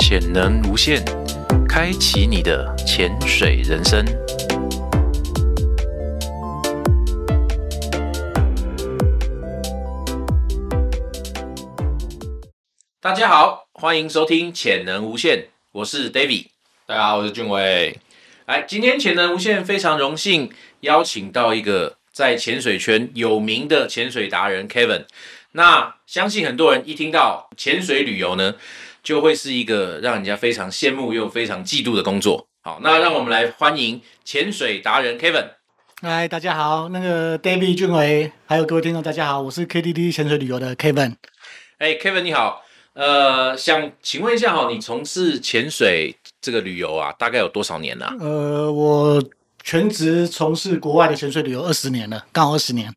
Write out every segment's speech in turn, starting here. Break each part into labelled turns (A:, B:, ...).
A: 潜能无限，开启你的潜水人生。大家好，欢迎收听《潜能无限》，我是 David。
B: 大家好，我是俊伟。
A: 来，哎今天《潜能无限》非常荣幸邀请到一个在潜水圈有名的潜水达人 Kevin。那相信很多人一听到潜水旅游呢，就会是一个让人家非常羡慕又非常嫉妒的工作。好，那让我们来欢迎潜水达人 Kevin。
C: 嗨，大家好，那个 David 俊伟，还有各位听众，大家好，我是 KDD 潜水旅游的 Kevin。
A: 哎、k e v i n 你好，呃，想请问一下哈，你从事潜水这个旅游啊，大概有多少年了、啊
C: 呃，我全职从事国外的潜水旅游二十年了，刚好二十年。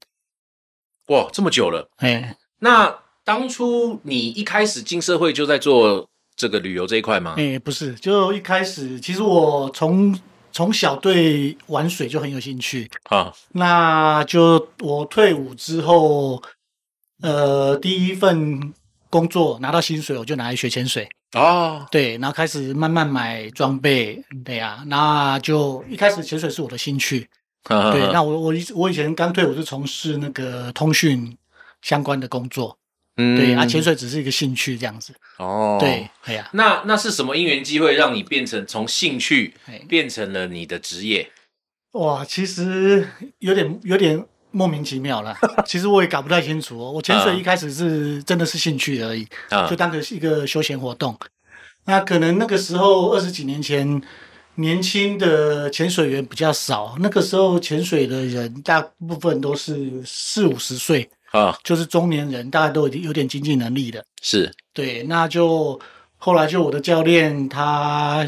A: 哇，这么久了。
C: 哎，
A: 那当初你一开始进社会就在做这个旅游这一块吗？
C: 哎，不是，就一开始，其实我从从小对玩水就很有兴趣。
A: 啊，
C: 那就我退伍之后，呃，第一份工作拿到薪水，我就拿来学潜水。
A: 哦，
C: 对，然后开始慢慢买装备。对呀、那就一开始潜水是我的兴趣。
A: 啊嗯
C: 对，那我我以我以前刚退伍是从事那个通讯相关的工作，
A: 嗯
C: 对，啊，潜水只是一个兴趣这样子，
A: 哦，
C: 对，。哎呀，
A: 那那是什么因缘机会让你变成从兴趣
C: 哎
A: 变成了你的职业？
C: 哇，其实有点有点莫名其妙啦，其实我也搞不太清楚、哦，我潜
A: 嗯
C: 水一开始是真的是兴趣而已，
A: 啊
C: 就当个一个休闲活动，那可能那个时候二十几年前。年轻的潜水员比较少，那个时候潜水的人大部分都是四五十岁，
A: 啊，
C: 就是中年人，大概都已经有点经济能力的。
A: 是
C: 对，那就后来就我的教练他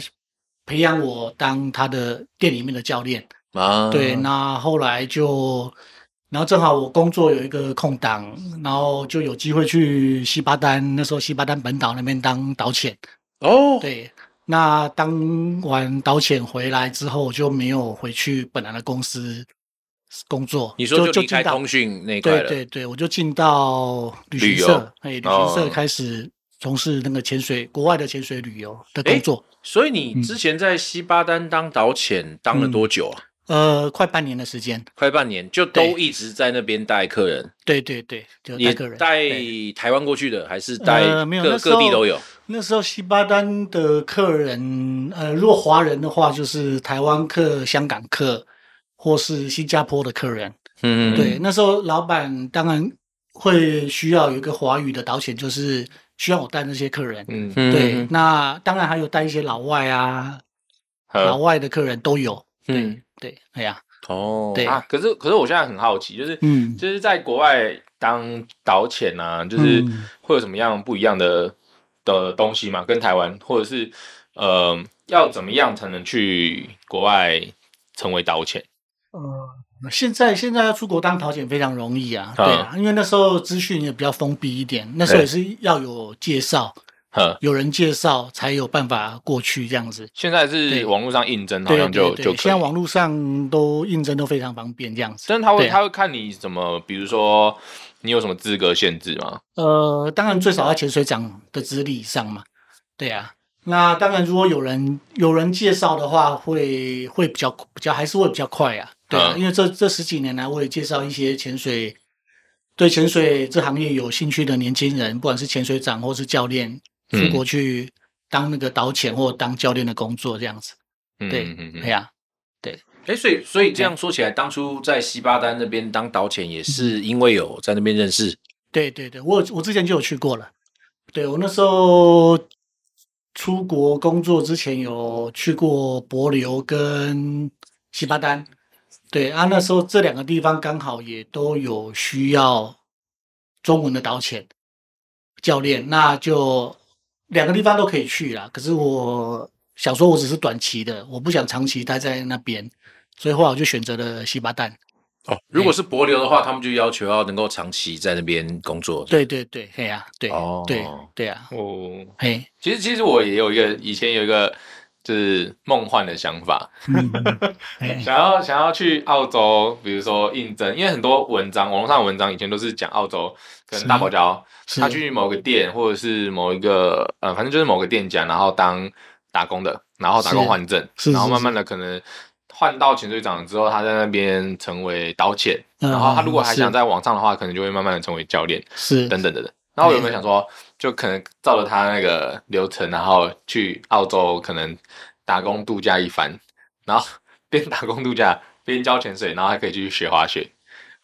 C: 培养我当他的店里面的教练。
A: 啊，
C: 对，那后来就，然后正好我工作有一个空档，然后就有机会去西巴丹，那时候西巴丹本岛那边当导潜。
A: 哦，
C: 对，那当完导潜回来之后，我就没有回去本来的公司工作。
A: 你说
C: 就
A: 就
C: 就
A: 离开
C: 进到
A: 通讯那一块
C: 对
A: 了，
C: 对对，我就进到旅
A: 旅游
C: 行社，哎，旅行社
A: 哦
C: 开始从事那个潜水，国外的潜水旅游的
A: 哎
C: 工作，
A: 所以你之前在西巴丹当导潜当了多久啊？
C: 呃，快半年的时间，
A: 快半年，就都
C: 对
A: 一直在那边带客人。
C: 对对对，就
A: 也
C: 带个人
A: 带
C: 对
A: 台湾过去的，还是带各、
C: 呃没有那时
A: 各
C: 候
A: 地都有
C: 那时候西巴丹的客人，呃，若华人的话，就是台湾客、香港客，或是新加坡的客人。
A: 嗯？嗯，
C: 对，那时候老板当然会需要有一个华语的导潜，就是需要我带那些客人。
B: 嗯，
A: 嗯
C: 对，，那当然还有带一些老外啊，
B: 呃
C: 老外的客人都有。
A: 嗯，
C: 对，哎呀，
A: 哦，
C: 对
B: 啊，可是可是我现在很好奇，就是
C: 嗯
B: 就是在国外当导潜啊，就是
C: 嗯
B: 会有什么样不一样的的东西吗？跟台湾，或者是呃，要怎么样才能去国外成为导潜？
C: 现在现在要出国当导潜非常容易啊，
B: 啊哎
C: 对啊，因为那时候资讯也比较封闭一点，那时候也是要有介绍，
B: 呵，
C: 有人介绍才有办法过去这样子。
B: 现在是
C: 对
B: 网络上应征，好
C: 对啊
B: 像就
C: 对
B: 就
C: 对，
B: 可以
C: 现在网络上都应征都非常方便这样子。
B: 真的他会
C: 对啊
B: 他会看你什么，比如说你有什么资格限制吗？
C: 呃，当然
B: 嗯
C: 最少要潜水长的资历以上嘛，对啊。那当然，如果有人有人介绍的话，会会比较比较还是会比较快啊，对啊，
B: 嗯
C: 因为这这十几年来，我也介绍一些潜水对潜水这行业有兴趣的年轻人，不管是潜水长或是教练，出
B: 嗯
C: 国去当那个导潜或当教练的工作这样子，
B: 嗯
C: 对
B: 嗯嗯，
C: 对啊呀、
A: 哎、所以所以这样说起来，当初在西巴丹那边当导潜，也是
C: 嗯
A: 因为有在那边认识
C: 对对对，我有我之前就有去过了。对我那时候出国工作之前有去过帛琉跟西巴丹，对啊，那时候这两个地方刚好也都有需要中文的导潜教练，那就两个地方都可以去啦。可是我想说，我只是短期的，我不想长期待在那边，所以后来我就选择了西巴旦。
A: 哦，如果是博流的话，他们就要求要能够长期在那边工作。
C: 对对对，嘿呀、对、
A: 哦
C: 对对啊，
B: 哦，
C: 嘿，
B: 其实其实我也有一个以前有一个就是梦幻的想法，
C: 嗯嘿
B: 想要想要去澳洲，比如说应征，因为很多文章，网络上的文章以前都是讲澳洲跟
C: 是
B: 大堡礁，
C: 是
B: 他去某个店或者是某一个呃，反正就是某个店家，然后当打工的，然后打工
C: 是
B: 换证，
C: 是是
B: 然后
C: 是
B: 慢慢的可能换到潜水长之后，他在那边成为导潜，
C: 嗯
B: 然后他如果还
C: 是
B: 想在网上的话，可能就会慢慢的成为教练
C: 是
B: 等等等等。然后我有没有想说，就可能照着他那个流程，然后去澳洲可能打工度假一番，然后 边打工度假边教潜水，然后还可以去学滑雪。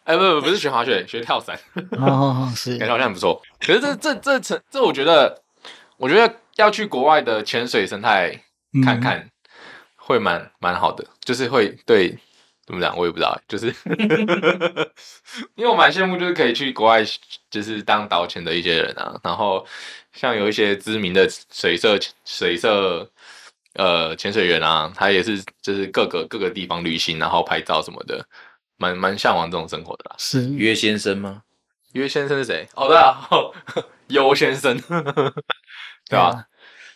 B: 哎，不不不是学滑雪，学跳伞，
C: 哦
B: 感觉
C: 是
B: 好像很不错。可是这这这这这，我觉得，我觉得要去国外的潜水生态看看，会蛮蛮好的，就是会对怎么讲，我也不知道，就是因为我蛮羡慕，就是可以去国外，就是当导潜的一些人啊，然后像有一些知名的水社水社呃潜水员啊，他也是就是各个各个地方旅行，然后拍照什么的，蛮蛮向往这种生活的啦。
C: 是
A: 约先生吗？
B: 约先生是谁？哦，对啊， 哦优先 生，对啊。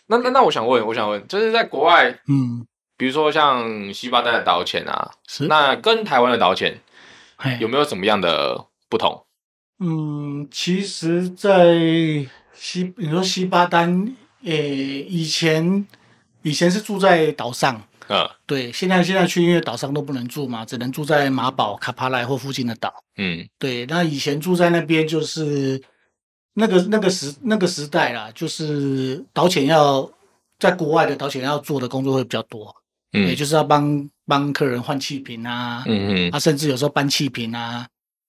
B: 那那那我想问，我想问，就是在国外，
C: 嗯
B: 比如说像西巴丹的导潜啊，
C: 是
B: 那跟台湾的导潜
C: 嗯嘿
B: 有没有什么样的不同？
C: 嗯，其实，在西，你说西巴丹，诶，以前以前是住在岛上，
B: 嗯
C: 对，现在现在去因为岛上都不能住嘛，只能住在马堡、卡帕赖或附近的岛。
B: 嗯
C: 对，那以前住在那边就是那个那个时那个时代啦，就是导潜要在国外的导潜要做的工作会比较多，也
B: 嗯
C: 就是要帮帮客人换气瓶啊，
B: 嗯嗯
C: 啊，甚至有时候搬气瓶啊，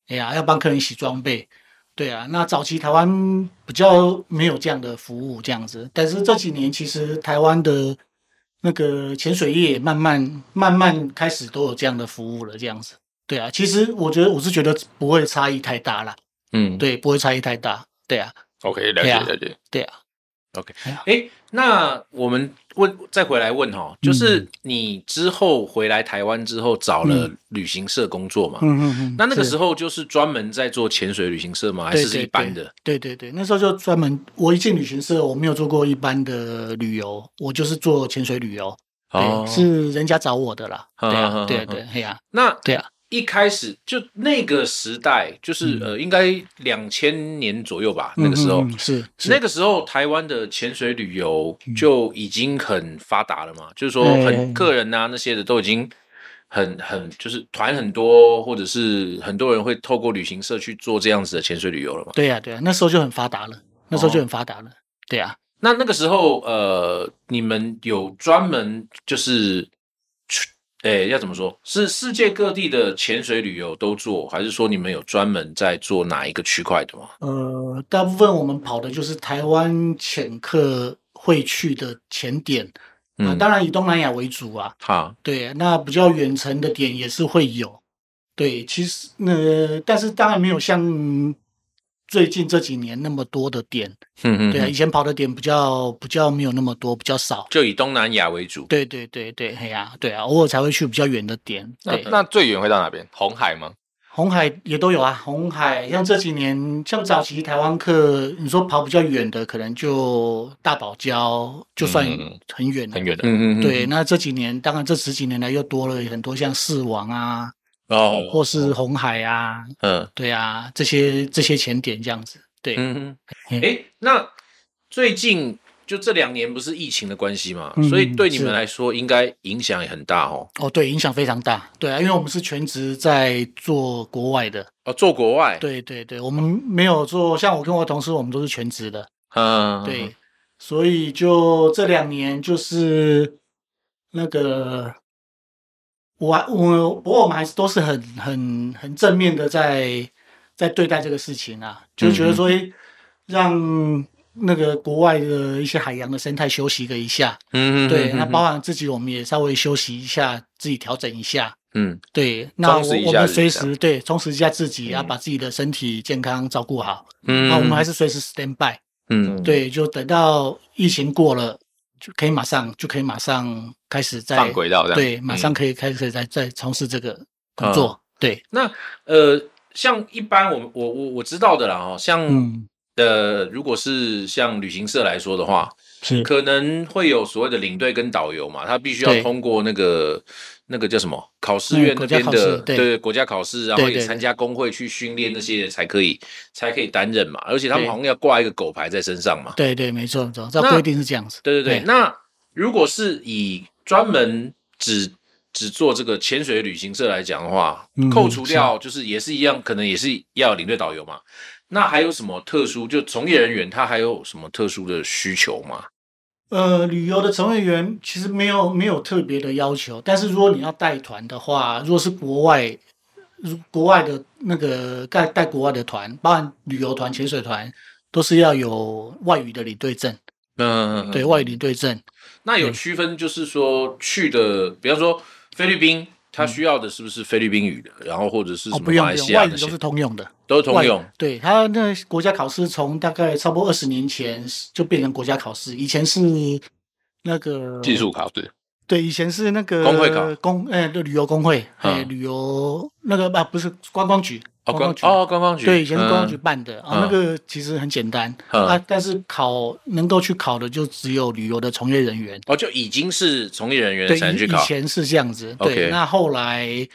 C: 哎呀，要帮客人洗装备，对啊。那早期台湾比较没有这样的服务这样子，但是这几年其实台湾的那个潜水业慢慢慢慢开始都有这样的服务了，这样子，对啊。其实我觉得我是觉得不会差异太大啦，
A: 嗯，
C: 对，不会差异太大，对啊，
B: ，OK，了解
C: 对啊
B: 了解。
C: 对啊，嗯
A: 哎，那我们问再回来问哈，就是你之后回来台湾之后找了旅行社工作嘛？
C: 嗯嗯嗯
A: 那那个时
C: 候。
A: 候就是专门在做潜水旅行社吗？还
C: 对
A: 是是一般的？
C: 对对对，那时候就专门，我一进旅行社，我没有做过一般的旅游，我就是做潜水旅游。
A: 哦
C: 对，是人家找我的啦。
A: 嗯嗯
C: 对啊，
A: 嗯
C: 对
A: 嗯
C: 对，嘿呀，
A: 那
C: 对啊，
A: 一开始就那个时代，就是、呃，应该两千年左右吧，那个时候。
C: 嗯嗯嗯嗯是是嗯
A: 那个时候，台湾的潜水旅游就已经很发达了嘛，就是说
C: 哎
A: 很个人啊那些的都已经很很就是团很多，或者是很多人会透过旅行社去做这样子的潜水旅游了嘛。
C: 对呀啊对呀，那时候就很发达了，那
A: 哦
C: 时候就很发达了。对啊呀，
A: 那那个时候，呃，你们有专门就是去，诶、要怎么说？是世界各地的潜水旅游都做，还是说你们有专门在做哪一个区块的吗？
C: 呃，大部分我们跑的就是台湾潜客会去的潜点，啊，
A: 嗯，
C: 当然以东南亚为主啊。
A: 好，
C: 对，那比较远程的点也是会有。对，其实呃，但是当然没有像最近这几年那么多的点。
A: 嗯嗯，
C: 对啊，
A: 嗯
C: 以前跑的点比较比较没有那么多，比较少。
A: 就以东南亚为主。
C: 对对对对，嘿呀、对啊，偶尔才会去比较远的点。
B: 那
C: 对，
B: 那最远会到哪边？红海吗？
C: 红海也都有啊，红海像这几年，像早期台湾客，你说跑比较远的，可能就大堡礁，就算
B: 嗯
C: 很远了。
B: 很远的。
A: 嗯嗯嗯，
C: 对，那这几年，当然这十几年来又多了很多像四王啊，
A: 哦，
C: 或是红海啊，
A: 嗯
C: 对啊，这些这些前点这样子。对，
A: 嗯嗯，
C: 嘿
A: 诶，那最近就这两年不是疫情的关系嘛，
C: 嗯
A: 所以对你们
C: 是
A: 来说应该影响也很大哦。
C: 哦，对，影响非常大。对啊，因为我们是全职在做国外的。
A: 哦，做国外，，
C: 对对对，我们没有做，像我跟我同事，我们都是全职的。
A: 嗯，嗯，
C: 对，所以就这两年就是那个，我还我不过我们还是都是很很很正面的在在对待这个事情啊，就觉
B: 嗯
C: 得说，诶让那个国外的一些海洋的生态休息了一下，
A: 嗯嗯，嗯
C: 对，
A: 嗯
C: 那
A: 嗯
C: 包含自己我们也稍微休息一下，自己调整一下，
A: 嗯，
C: 对，那
B: 充
C: 我
B: 实一
C: 我
B: 下
C: 们
B: 是
C: 随
B: 这样
C: 时对充实一下自己，
B: 嗯
C: 啊，把自己的身体健康照顾好。
A: 嗯，
C: 那我们还是随时 stand by，
A: 嗯
C: 对，就等到疫情过了，就可以马上就可以马上开始在
B: 上轨道这样。
C: 对，
B: 嗯
C: 马上可以开始在在从事这个工
A: 嗯
C: 作。对，
A: 那呃，像一般我们我我我知道的啦哦，像、
C: 嗯，
A: 呃，如果是像旅行社来说的话，
C: 是
A: 可能会有所谓的领队跟导游嘛，他必须要
C: 对
A: 通过那个那个叫什么考试院那
C: 嗯国家
A: 边
C: 考
A: 的、
C: 试对
A: 国家考试，然
C: 对
A: 后也
C: 对对嗯
A: 参加工会去训练那些才可以才可以担任嘛，而且他们
C: 对
A: 好像要挂一个狗牌在身上嘛。
C: 对对，没错没错，这
A: 那
C: 规定是这样子。
A: 对对对，那如果是以专门只只做这个潜水的旅行社来讲的话，
C: 嗯
A: 扣除掉就是也是一样，可能也是要有领队导游嘛。那还有什么特殊？就从业人员他还有什么特殊的需求吗？
C: 呃，旅游的从业员其实没有没有特别的要求，但是如果你要带团的话，如果是国外，如国外的那个带带国外的团，包含旅游团、潜水团，都是要有外语的领队证，
A: 嗯，
C: 对外语领队证，
A: 那有区分，就是说去的，比方说菲律宾，他需要的是不是菲律宾语的？然后或者是
C: 嗯哦，
A: 什么马
C: 不用
A: 来
C: 不用
A: 西，亚
C: 外语
A: 那些
C: 都是通用的，
A: 都是通
C: 外语
A: 用。
C: 对他那个国家考试从大概差不多二十年前就变成国家考试，以前是那个
B: 技术考试，
C: 对，以前是那个
A: 工会考
C: 工，哎、对，旅游工会，哎、
A: 嗯
C: 旅游那个啊，不是观光局，
A: 哦，
C: 观
A: 观
C: 光局，
A: 哦，观光局
C: 对，以前是观
A: 嗯
C: 光局办的、
A: 嗯
C: 啊，那个其实很简单、
A: 嗯
C: 啊，但是考能够去考的就只有旅游的从业人员，
A: 哦，就已经是从业人员
C: 对，
A: 才能
C: 以
A: 去
C: 以
A: 考。
C: 前是这样子，对
A: OK
C: 那后来。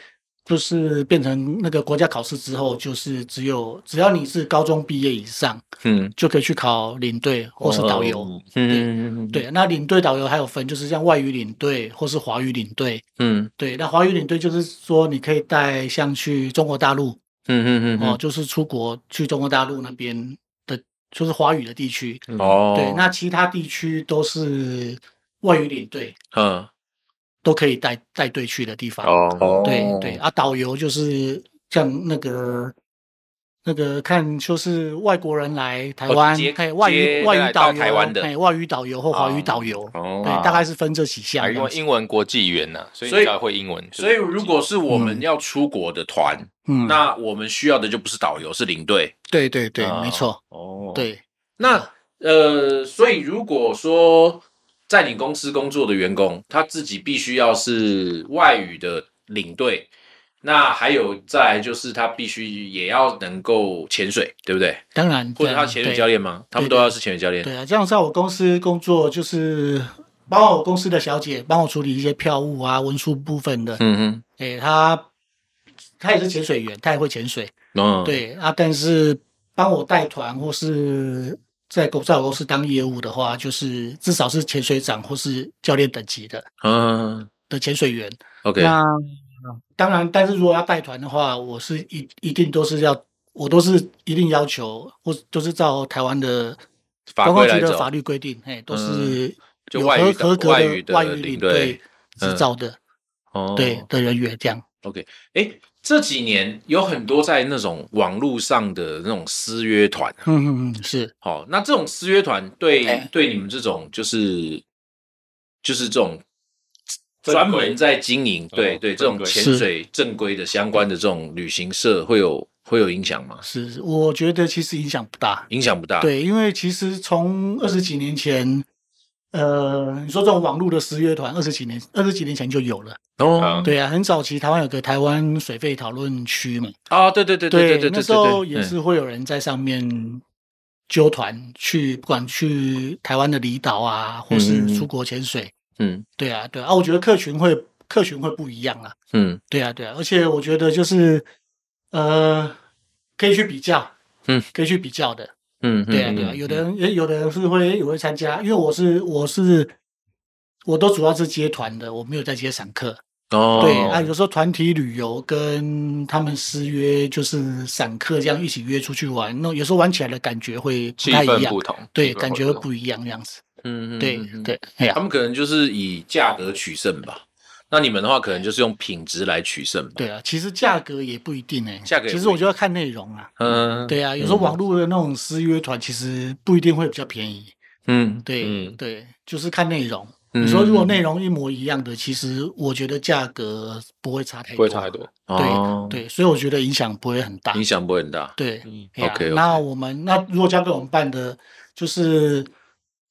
C: 就是变成那个国家考试之后，就是只有只要你是高中毕业以上，
A: 嗯
C: 就可以去考领队或是导游。
A: 嗯嗯
C: 对，那领队导游还有分，就是像外语领队或是华语领队，
A: 嗯
C: 对，那华语领队就是说，你可以带像去中国大陆
A: 嗯嗯嗯
C: 哦，就是出国去中国大陆那边的，就是华语的地区。
A: 嗯哦，
C: 对，那其他地区都是外语领队
A: 嗯
C: 都可以带带队去的地方。
B: 哦
C: 对对，啊，导游就是像那个那个看，就是外国人来台
A: 哦
C: 湾
A: 接，
C: 嘿，外
A: 接
C: 语外
A: 来
C: 语
A: 到
C: 导
A: 台湾
C: 游，
A: 的
C: 嘿，外语导游或华语导游，
A: 哦
C: 对，大概是分这几项
B: 还
C: 这样
B: 用
C: 子。
B: 英文国际语言呢，所以
A: 所以
B: 你才会英文。
A: 所以如果是我们要出国的团，
C: 嗯，
A: 那我们需要的就不是导游，是领队。
C: 对对对，
A: 啊
C: 没错，
A: 哦，
C: 对，
A: 那呃，所以如果说在你公司工作的员工，他自己必须要是外语的领队，那还有再来就是他必须也要能够潜水，对不对？
C: 当然
A: 或者他
C: 对啊
A: 潜水
C: 对
A: 教练吗？他们都要是潜水教练。
C: 对啊，这样在我公司工作就是帮我公司的小姐帮我处理一些票务啊、文书部分的。
A: 嗯
C: 诶、她她也是潜水员，她也会潜水。
A: 哼，嗯，，
C: 对啊，但是帮我带团或是在公在我公司当业务的话，就是至少是潜水长或是教练等级的
A: 嗯
C: 的潜水员。
A: ，OK，
C: 那当然，但是如果要带团的话，我是一一定都是要，我都是一定要求，或都是照台湾的
A: 法
C: 观
A: 规
C: 光局
A: 来
C: 的
A: 走，嗯
C: 法律规定，哎，都是
A: 就
C: 有
A: 外
C: 合
A: 语的
C: 合格
A: 外语的
C: 外语
A: 领
C: 领
A: 队
C: 队
A: 嗯
C: 执照的
A: 哦
C: 对的人员这样。
A: 诶，这几年有很多在那种网络上的那种私约团啊，
C: 嗯嗯嗯，是
A: 好、那这种私约团对、
C: 哎
A: 对你们这种就是就是这种
B: 正规
A: 专门在经营，对、对这种
B: 正规
A: 潜水正规的相关的这种旅行社会有会有影响吗？
C: 是，是我觉得其实影响不大。
A: 影响不大，，
C: 对，因为其实从二十几年前，呃，你说这种网络的十乐团，二十几年二十几年前就有了。
A: 哦，
C: 对啊，很早期台湾有个台湾水费讨论区嘛，
A: 啊，对对对对对对，嗯
C: 那时候也是会有人在上面揪团去，不管去台湾的离岛啊，
A: 嗯
C: 或
A: 嗯
C: 是
A: 嗯
C: 出国潜水。
A: 嗯，
C: 对啊，对啊，啊我觉得客群会客群会不一样啊。
A: 嗯
C: 对啊，对啊，而且我觉得就是呃，可以去比较，
A: 嗯，
C: 可以去比较的。
A: 嗯嗯，
C: 对啊，对啊，有的人也有的人是会也会参加，因为我是我是我都主要是接团的，我没有在接散客。
A: 哦，
C: 对啊，有时候团体旅游跟他们私约，就是散客这样一起约出去玩，那有时候玩起来的感觉会不
B: 气
C: 太一
B: 氛
C: 样
B: 不，同，
C: 对，
B: 气氛
C: 感觉会
B: 同
C: 不一样这样子。
A: 嗯，嗯
C: 对
A: 嗯嗯
C: 对，哎呀
A: 他，们可能就是以价格取胜吧。那你们的话，可能就是用品质来取胜吧。，
C: 对啊，其实价格也不一定哎，
A: 价格也
C: 其实
A: 不一
C: 我就要看内容啊。
A: 嗯，，
C: 对啊，有时候网络的那种私约团其实不一定会比较便宜，
A: 嗯，
C: 对
B: 嗯
C: 对，就是看内容。
A: 嗯
C: 你说如果内容一模一样的，其实我觉得价格不会差太多，
B: 不会差太多。
A: 哦
C: 对对，所以我觉得影响不会很大。
A: 影响不会很大。
C: 对哎呀
A: OK，OK
C: 那我们那如果交给我们办的，就是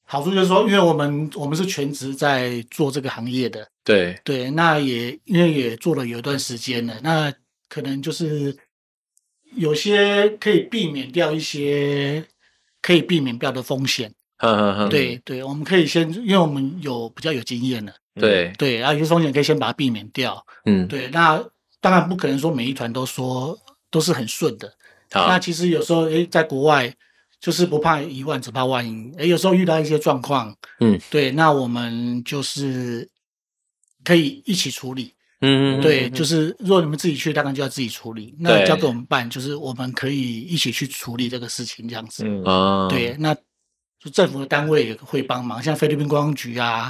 C: 好处就是说，因为我们我们是全职在做这个行业的，
A: 对，
C: 对，那也因为也做了有一段时间了，那可能就是有些可以避免掉一些可以避免掉的风险。
A: 哼哼哼，
C: 对对，我们可以先，因为我们有比较有经验了，
A: 对，
C: 对，啊，有些风险可以先把它避免掉。
A: 嗯，
C: 对，那当然不可能说每一团都说都是很顺的，那
A: 好，
C: 其实有时候，诶，在国外就是不怕一万，只怕万一。诶，有时候遇到一些状况，
A: 嗯，
C: 对，那我们就是可以一起处理。
A: 嗯，
C: 对，
A: 嗯
C: 就是如果你们自己去，当然就要自己处理。那
A: 对
C: 交给我们办，就是我们可以一起去处理这个事情，这样子。
B: 嗯，
A: 啊，
C: 对，那就政府的单位也会帮忙，像菲律宾观光局啊，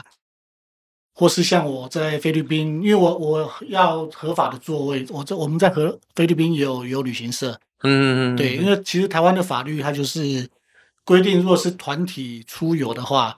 C: 或是像我在菲律宾，因为我我要合法的座位，我在我们在和菲律宾也有有旅行社，
A: 嗯，嗯，嗯
C: 对，因为其实台湾的法律它就是规定，如果是团体出游的话，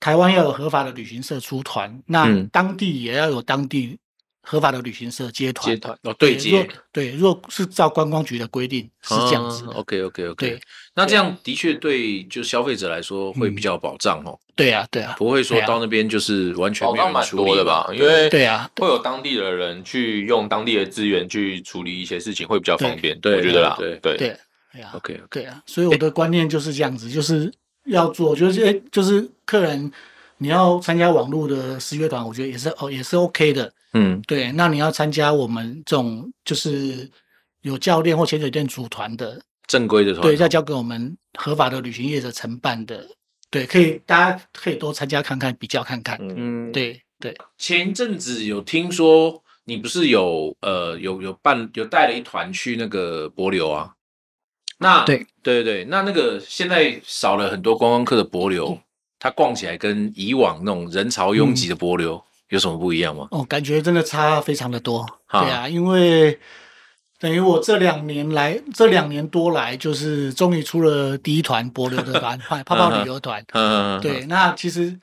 C: 台湾要有合法的旅行社出团，那
A: 嗯
C: 当地也要有当地合法的旅行社接团。
B: 接团
A: 哦，对
C: 如
A: 接啊
C: 果对，如果是照观光局的规定是这样子的。
A: OK OK OK，
C: 对
A: 那这样的确对就消费者来说会比较有保障哦，
C: 对啊，对啊，
A: 不会说
C: 对啊
A: 到那边就是完全
B: 保
A: 没有
B: 障
A: 人
B: 蛮
A: 处
B: 多
A: 理
B: 的
A: 嘛
B: 吧？因为
C: 对啊，
B: 会有当地的人去用当地的资源去处理一些事情，会比较方便，
A: 对
B: 我觉得啦，
A: 对
B: 对
C: 对对啊，
A: OK，
C: 对啊，所以我的观念就是这样子，就是要做，就是哎，就是客人你要参加网络的十月团，我觉得也是哦，也是 OK 的。
A: 嗯
C: 对，那你要参加我们这种就是有教练或潜水店组团的，
A: 正规的团哦
C: 对，再交给我们合法的旅行业者承办的，对，可以大家可以多参加看看，比较看看，
B: 嗯
A: 嗯，
C: 对对
A: 前一阵子有听说你不是有呃有有办有带了一团去那个帛琉啊？那
C: 对
A: 对对，那那个现在少了很多观光客的帛
C: 嗯
A: 琉，它逛起来跟以往那种人潮拥挤的帛琉有什么不一样吗？
C: 哦，感觉真的差非常的多，对
A: 好
C: 啊，因为等于我这两年来，这两年多来，就是终于出了第一团博流 的团，泡泡旅游团，
A: 嗯，
C: 对，那其实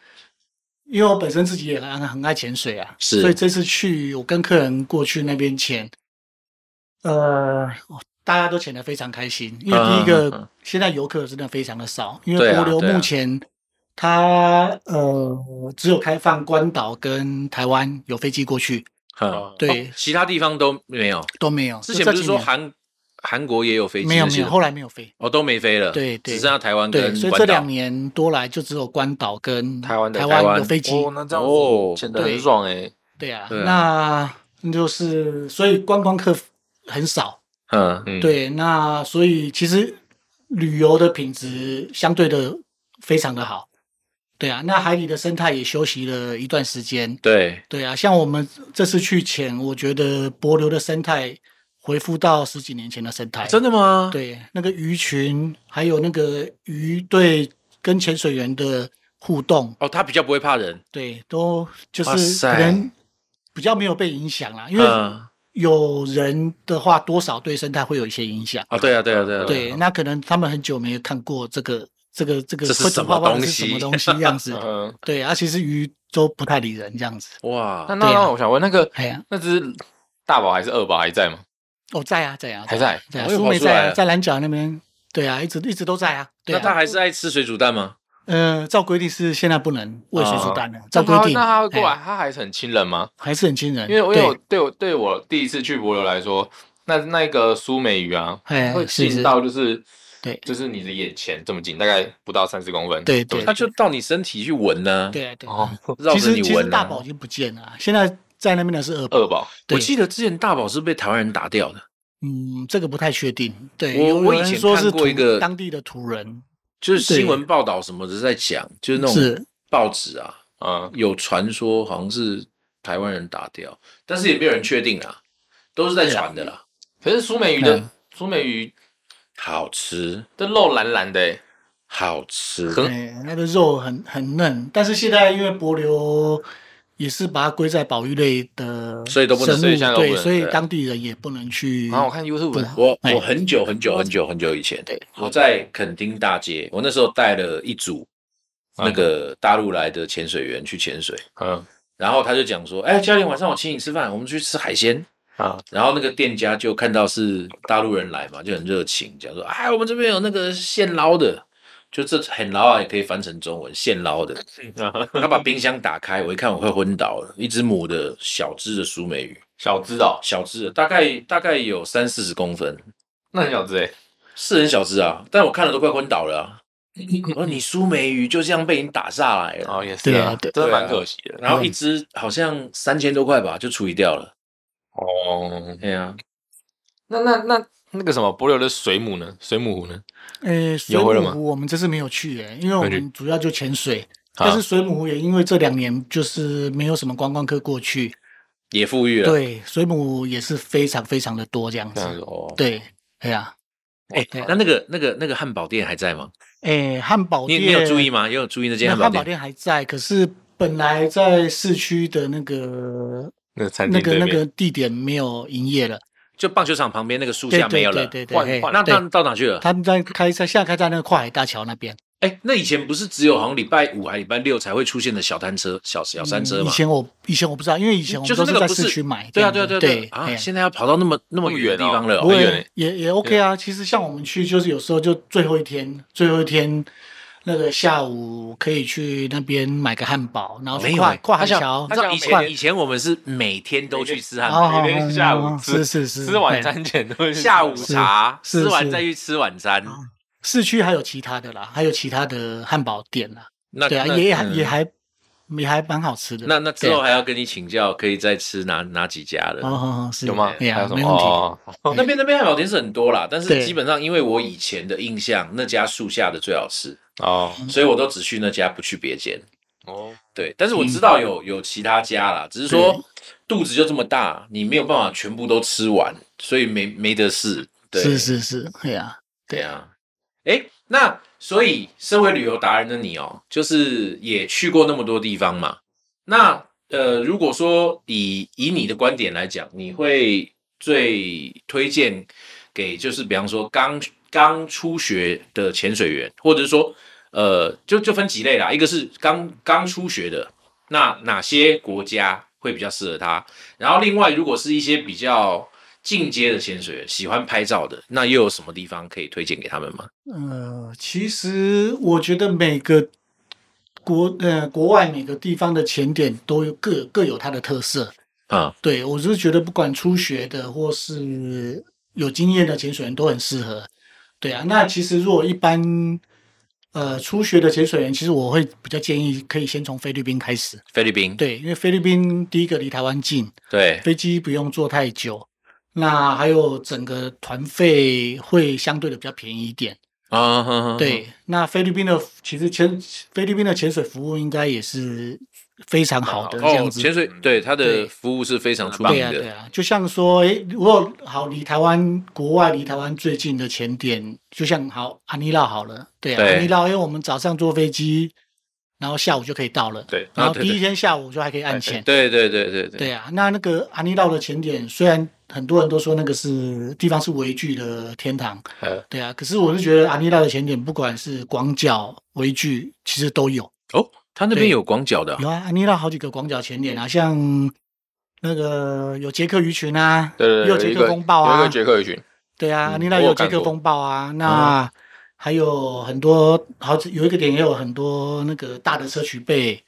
C: 因为我本身自己也很很爱潜水啊，
A: 是
C: 所以这次去我跟客人过去那边潜，呃，大家都潜得非常开心，因为第一
A: 嗯嗯嗯
C: 个现在游客真的非常的少，因
A: 对
C: 为
A: 啊
C: 国流
A: 对啊
C: 目前它呃只有开放关岛跟台湾有飞机过去
A: 嗯
C: 对
A: 哦其他地方都没有。
C: 都没有，
A: 之前不是说
C: 这几年
A: 韩韩国也有飞机
C: 没
A: 那
C: 有没
A: 些
C: 有，
A: 的
C: 后来没有飞。
A: 哦都没飞了，
C: 对对
A: 只剩下台湾跟
C: 对，所以
A: 关
C: 这
A: 岛
C: 两年多来就只有关岛跟
B: 台湾的
C: 台
A: 台湾
C: 有飞机，
B: 哦，那这样
A: 哦
B: 子显得
C: 对
B: 很爽哎，
C: 对啊，
A: 对
C: 那就是所以观光客很少，
A: 嗯
B: 嗯，
C: 对，那所以其实旅游的品质相对的非常的好，对啊，那海底的生态也休息了一段时间，
A: 对
C: 对啊，像我们这次去前，我觉得帛琉的生态恢复到十几年前的生态，
A: 啊真的吗？
C: 哎对，那个鱼群还有那个鱼对跟潜水员的互动，
A: 哦，他比较不会怕人，
C: 对，都就
A: 哇
C: 是
A: 塞
C: 可能比较没有被影响啦，因为
A: 嗯
C: 有人的话，多少对生态会有一些影响。
A: 啊对啊对啊对啊
C: 对，那可能他们很久没有看过这个这个这个
A: 这是
C: 会煮
A: 什么
C: 泡泡的
A: 东
C: 是什
A: 西
C: 么东西样子。
B: 嗯，
C: 对，啊，其实鱼都不太理人这样子。
A: 哇
B: 那，那
C: 对啊
B: 那我想问，那个
C: 哎呀，
B: 那只大宝还是二宝还在吗？
C: 哦，在啊，在啊，
B: 还
C: 啊
B: 在
C: 在啊，
A: 哦又
C: 苏
A: 跑
C: 梅
A: 出来
C: 在啊，
A: 了
C: 在蓝角那边。对啊，一直一直都在啊。对
A: 那他
C: 啊，
A: 还是爱吃水煮蛋吗？
C: 呃，照规定是现在不能喂水煮蛋的，啊照
B: 那
C: 规
B: 他
C: 定。
B: 那他会过
C: 哎
B: 来，
C: 呀，
B: 他还是很亲人吗？
C: 还是很惊人。
B: 因为因为我
C: 对，
B: 对我对我第一次去博流来说，那那个苏美鱼啊，
C: 哎
B: 会，
C: 是
B: 近
C: 是，
B: 到就是
C: 对
B: 就是你的眼前这么近，大概不到三十公分。
C: 对对
A: 他就到你身体去闻呢，
C: 对啊对啊。
B: 哦，
A: 绕
C: 其
A: 着
C: 实
A: 你
C: 其实
A: 闻
C: 大
A: 啊。
C: 宝已经不见了啊，现在在那边的是二宝。
B: 二宝，
C: 对
A: 我记得之前大宝是被台湾人打掉的，
C: 嗯，这个不太确定。对，
A: 我
C: 有
A: 我以
C: 有人
A: 前
C: 说
A: 看
C: 是
A: 过一
C: 土
A: 个
C: 当地的土人，
A: 就是新
C: 对
A: 闻报道什么的在讲，就是那种
C: 是
A: 报纸啊，
B: 嗯，
A: 有传说好像是台湾人打掉，但是也没有人确定啊，都是在传的啦。
B: 可是苏美鱼的
C: 嗯
B: 苏美鱼
A: 好吃，
B: 的肉蓝蓝的欸，
A: 好吃，
B: 很
C: 对，它的哎肉很很嫩，但是现在因为柏流也是把它归在保育类的生物，
A: 所以都不能
B: 所以现在都不能
C: 对，所以
B: 对
C: 当地人也不能去。
B: 然后我看
C: 嗯
B: YouTube
C: 对
A: 啊我
C: 哎
A: 我很久很久很久很久以前，
C: 对
A: 我在垦丁大街，我那时候带了一组那个大陆来的潜水员去潜水，
B: 嗯
A: 然后他就讲说：“哎、教练，晚上我请你吃饭，我们去吃海鲜。”
B: 啊，
A: 然后那个店家就看到是大陆人来嘛，就很热情，讲说：“哎，我们这边有那个现捞的，就这很捞啊，也可以翻成中文，现捞的。”他把冰箱打开，我一看我快昏倒了，一只母的小只的苏美鱼，
B: 小只哦，
A: 小只的，大概大概有三四十公分，
B: 那很小只哎，
A: 是很小只啊，但我看了都快昏倒了、啊。
C: 嗯
A: 我说你苏梅鱼就这样被你打下来了，
B: 哦也是啊，嗯
C: 对啊对
B: 真的
A: 对啊
B: 蛮可惜的
A: 然后一只好像三千多块吧，就处理掉了。
B: 哦。
C: 嗯
A: 对呀、
B: 那那那那个什么，帛琉的水母呢？水母湖呢？
C: 诶，哎水
B: 有回了
C: 母
B: 吗
C: 湖我们这次没有去诶、因为我
B: 没去
C: 们主要就潜水。
B: 啊
C: 但是水母湖也因为这两年就是没有什么观光客过去，
A: 也富裕了。
C: 对，水母湖也是非常非常的多这样
B: 这样子
C: 子。
B: 哦，
C: 啊对，哎呀、
A: 哎、那那个那个那个汉堡店还在吗？
C: 诶，哎汉堡
A: 你
C: 店
A: 你有注意吗？你有注意那间
C: 那
A: 汉堡
C: 汉堡
A: 店？
C: 店还在，可是本来在市区的那个
B: 那个餐
C: 那
B: 厅
C: 个
B: 对
C: 那
B: 面
C: 个地点没有营业了，
A: 就棒球场旁边那个树
C: 对
A: 下
C: 对
A: 没有了。
C: 对对
B: 换
C: 对，
B: 换
A: 那
C: 对
A: 那到哪去了？
C: 他们在开在现在开在那个跨海大桥那边，
A: 哎、那以前不是只有好像礼拜五还礼拜六才会出现的小单车、小小山车
C: 嗯以
A: 吗？
C: 前我以前我不知道，因为以前我
A: 就
C: 们
A: 是
C: 都
A: 那
C: 在
A: 个不
C: 市区买这
A: 对啊，
C: 样
A: 对
C: 子，
A: 啊，对啊，
C: 对
A: 啊！
C: 哎呀
A: 现在要跑到那么那么
B: 那么
A: 远的
B: 远
A: 地
B: 哦
A: 方了哦，
C: 不
B: 我
C: 过
B: 很远欸
C: 也也 OK 啊。其实像我们去，就是有时候就最后一天，最后一天那个下午可以去那边买个汉堡，然后
A: 没
C: 去
A: 有
C: 哦跨
A: 欸
C: 跨海
B: 像
C: 桥
A: 他，像以
B: 跨
A: 前以前我们是每天都去吃汉堡，
C: 哦
B: 每天下午吃
C: 是是是，
B: 吃晚
C: 哎
B: 餐前都会去
A: 下午茶
C: 是
A: 吃完
C: 是哦
A: 再去吃晚餐。
C: 市区还有其他的啦，还有其他的汉堡店啦。
A: 那
C: 对啊，
A: 那
C: 也还
A: 嗯
C: 也还也还蛮好吃的。
A: 那那之
C: 对
A: 后
C: 啊
A: 还要跟你请教，可以再吃哪哪几家了。
C: 哦哦哦是
B: 有吗？
C: 对
B: 还有
C: 啊，
B: 什
C: 没
B: 么？
C: 问题。
B: 哦，
A: 那边那边汉堡店是很多啦，但是
C: 对
A: 基本上因为我以前的印象，那家树下的最好吃，
B: 哦
A: 所以我都只去那家，不去别间。
B: 哦，
A: 对，但是
C: 嗯
A: 我知道有、有其他家啦，只是说肚子就这么大，你没有办法全部都吃完，所以没没得试。对，
C: 是是是，对啊，
A: 对啊。哎，那所以身为旅游达人的你哦，就是也去过那么多地方嘛。那呃，如果说以以你的观点来讲，你会最推荐给就是比方说刚刚初学的潜水员，或者是说呃，就就分几类啦，一个是刚刚初学的，那哪些国家会比较适合他？然后另外，如果是一些比较进阶的潜水员，喜欢拍照的，那又有什么地方可以推荐给他们吗？
C: 呃，其实我觉得每个国呃国外每个地方的前点都有各各有它的特色。
B: 嗯
A: 啊、
C: 对我是觉得不管初学的或是有经验的潜水员都很适合。对啊，那其实如果一般呃初学的潜水员，其实我会比较建议可以先从菲律宾开始。
A: 菲律宾，
C: 对，因为菲律宾第一个离台湾近，
A: 对
C: 飞机不用坐太久，那还有整个团费会相对的比较便宜一点。
A: 啊，哼哼
C: 对，那菲律宾的其实潜菲律宾的潜水服务应该也是非常好的这
A: 哦，
C: 样子。嗯
A: 潜水对他的
C: 对
A: 服务是非常出名
C: 对啊，对
A: 的，
C: 啊，就像说，诶，如果好离台湾国外离台湾最近的潜点，就像好安妮绕好了，对啊，
A: 对
C: 安妮绕，因为我们早上坐飞机，然后下午就可以到了，
B: 对
C: 然
A: 啊
C: 后
A: 对
C: 第
A: 对
C: 一天下午就还可以按潜，
A: 对对对对对
C: 对啊，那那个安妮绕的前点，
B: 嗯
C: 虽然很多人都说那个是地方是微距的天堂，
B: 呃
C: 对啊，可是我是觉得安妮绕的前点，不管是广角、微距，其实都有。
A: 哦，他那边
C: 对
A: 有广角
B: 嗯
A: 的啊、
C: 有啊，安妮绕好几个广角前点啊，像那个有捷克鱼群啊，
B: 对对
C: 也
B: 对，
C: 有
B: 有
C: 捷
B: 一
C: 克
B: 个
C: 风暴
B: 有一
C: 啊
B: 个，杰克鱼群，
C: 对啊，
B: 嗯
C: 安妮绕
B: 我
C: 也
B: 有
C: 有
B: 看
C: 捷克
B: 过嗯
C: 风暴啊，那还有很多好几有一个点也有很多那个大的车曲贝，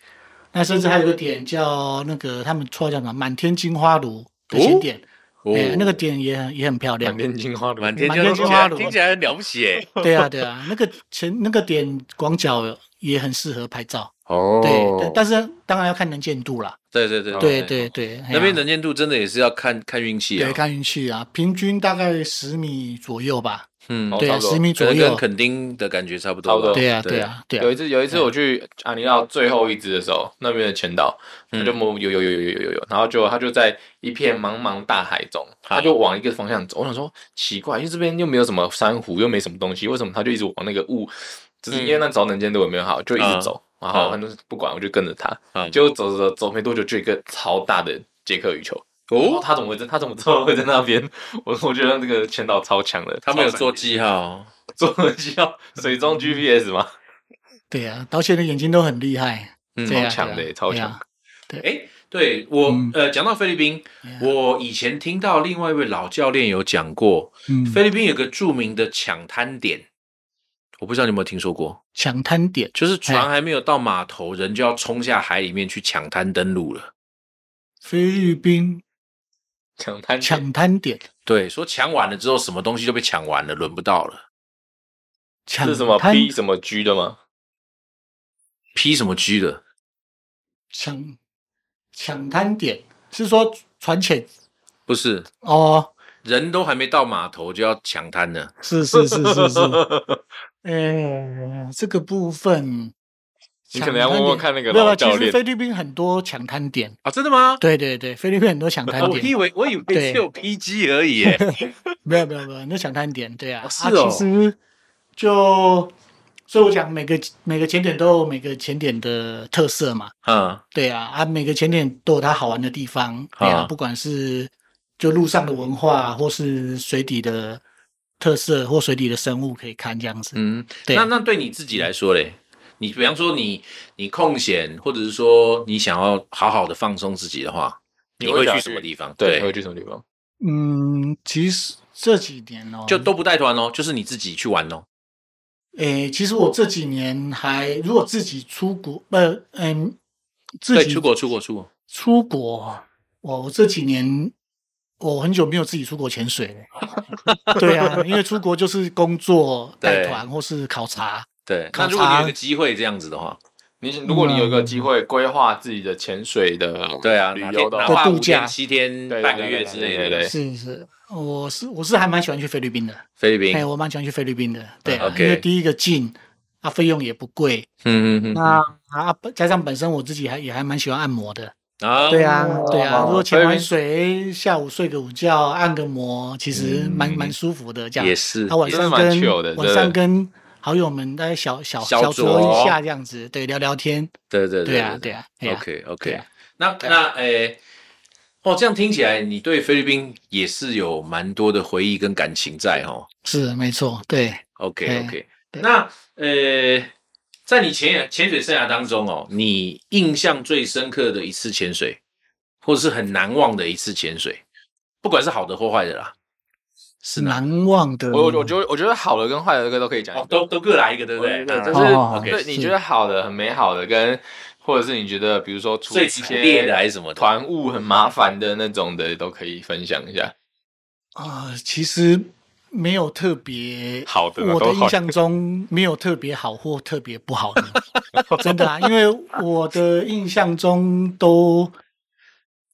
C: 那甚至还有一个点叫那个他们绰号叫什么满天金花炉的前点。
A: 哦
C: 对，那个点也很也很漂亮
B: 满。天金花的，
A: 满天
C: 满
A: 金
C: 天
A: 听
C: 金
A: 起来
C: 花啊
A: 听起来很了不起哎，
C: 对啊，对啊，那个前那个点广角也很适合拍照。
A: 哦
C: 对，但但是当然要看能见度啦。
A: 对对对
C: 对
B: 哦
C: 对对，哎呀
A: 那边能见度真的也是要看看运气啊
C: 对，看运气啊，平均大概十米左右吧。
A: 嗯
B: 哦，
C: 对
B: 差
C: 啊，
B: 不多
C: 十米
A: 可
C: 左
A: 能跟
C: 右。
A: 垦丁的感觉差不
B: 差
A: 多吧，
B: 不多
C: 对啊，
A: 对
C: 对啊，对
B: 有一
C: 啊。
B: 次有一次我去安尼到最后一只的时候，那边的前岛，他就摸有有有有有有有，然后就他就在一片茫茫大海中，他就往一个方向走。我想说奇怪，因为这边又没有什么珊瑚，又没什么东西，为什么他就一直往那个雾？只是因为那时候能见度也没有好，就一直走。然后他就是不管，我就跟着他，
C: 啊
A: 嗯
B: 结果走走走走没多久，就有一个超大的杰克羽球。哦，他怎么会在？他怎么知道会在那边？我我觉得那个前岛超强的，
A: 他们有
B: 超
A: 做
B: 闪
A: 记号，
B: 电做需要水中 GPS 吗？
C: 对啊，导演的眼睛都很厉害，
A: 嗯
C: 对啊
B: 超强的
C: 对啊
B: 超强
C: 对啊
A: 哎，对我、
C: 嗯哎
A: 呃，讲到菲律宾，我以前听到另外一位老教练有讲过，
C: 嗯，
A: 菲律宾有个著名的抢滩点，我不知道你有没有听说过，
C: 抢滩点
A: 就是船
C: 哎
A: 还没有到码头，人就要冲下海里面去抢滩登陆了。
C: 菲律宾
B: 抢滩点
C: 抢滩点，
A: 对，说抢完了之后，什么东西就被抢完了，轮不到了。
C: 抢
B: 是什么
C: 滩
B: B 什么 G 的吗？
A: P 什么 G 的？
C: 抢抢滩点是说船潜
A: 不是，
C: 哦，
A: 人都还没到码头就要抢滩了。
C: 是是是是 是，呃，这个部分
B: 你可能要问问看那个
C: 没有
B: 老
C: 啦其
B: 教
C: 实
B: 练
C: 菲律宾很多抢滩点，
A: 啊，真的吗？
C: 对对对，菲律宾很多抢
A: 啊
C: 滩
A: 我以
C: 点，
A: 为我以为只有 PG 而已耶。
C: 没有没有没有，很多抢滩点，对啊，
A: 哦是
C: 啊
A: 哦
C: 其实就所以我讲每个每个潜点都有每个潜点的特色嘛，
A: 嗯，
C: 对啊，啊，每个景点都有它好玩的地方，对啊，
A: 啊
C: 不管是就路上的文化，或是水底的特色，或水底的生物可以看这样子。
A: 嗯，
C: 对
A: 那那对你自己来说嘞，你比方说你你空闲，或者是说你想要好好的放松自己的话，
B: 你
A: 你
B: 会
A: 会
B: 想
A: 去
B: 去
A: 什么地方？
B: 对，会去什么地方？
C: 嗯，其实这几年哦，
A: 就都不带团哦，就是你自己去玩哦。
C: 诶，其实我这几年还如果自己出国，呃，嗯，自
A: 对，
C: 己
A: 出国，出国，出国。
C: 出国，我这几年我很久没有自己出国潜水了。 对啊，因为出国就是工作、带
A: 对
C: 团或是考察。
A: 对，
C: 考
A: 那如果你有
C: 察
A: 个机会这样子的话，
B: 你如果你有一个机会规划自己的潜水的
A: 对啊，
B: 旅
A: 哪
B: 游
A: 天
B: 的
A: 哪
B: 话
C: 对
A: 怕
C: 度
A: 五天、
C: 假
A: 七天、
B: 对对
A: 半个
B: 对
A: 月
B: 对
A: 之
B: 对
A: 类
B: 对
A: 的
B: 对。
C: 是是，我是我是还蛮喜欢去菲律宾的，
A: 菲律宾
C: 哎，，我蛮喜欢去菲律宾的，对啊
A: 嗯，OK
C: 因为第一个近，啊，费用也不贵，
A: 嗯嗯嗯
C: 那啊本加上本身我自己还也还蛮喜欢按摩的，
A: 啊，
C: 对啊对啊，如果潜
B: 菲律
C: 完
B: 宾
C: 水，下午睡个午觉，按个摩，其实蛮
A: 嗯
C: 蛮舒服的这样
A: 也。是
C: 啊，，晚
B: 真
C: 上
B: 的蛮 chill 的
C: 跟晚
B: 真的
C: 上跟好友们大家小小
A: 小
C: 小酌
A: 酌
C: 一下这样子，对，聊聊天，
A: 对对
C: 对啊对啊对啊
A: OK
C: 对
A: OK，
C: 啊
A: 那那诶，哦，这样听起来你对菲律宾也是有蛮多的回忆跟感情在哦。
C: 是没错，对，
A: OK
C: 对
A: OK，
C: 对
A: 那呃，在你潜潜水生涯当中哦，你印象最深刻的一次潜水，或者是很难忘的一次潜水，不管是好的或坏的啦，是哪？
C: 难忘的。
B: 我我我觉得我觉得好的跟坏的这个都可以讲一
A: 哦
B: 个，，
A: 都都各来一个，对不对？
B: 对，
A: 啊
B: 就
C: 哦
B: 是
C: 哦哦
B: 对
C: 是
B: 你觉得好的、很美好的，跟或者是你觉得比如说出
A: 最
B: 一
A: 惨烈的还
B: 些
A: 是什么的？
B: 团务很麻烦的那种的，都可以分享一下。
C: 啊、其实没有特别
B: 好的啦
C: 我的
B: 都好
C: 印象中没有特别好或特别不好的， 真的啊，因为我的印象中都，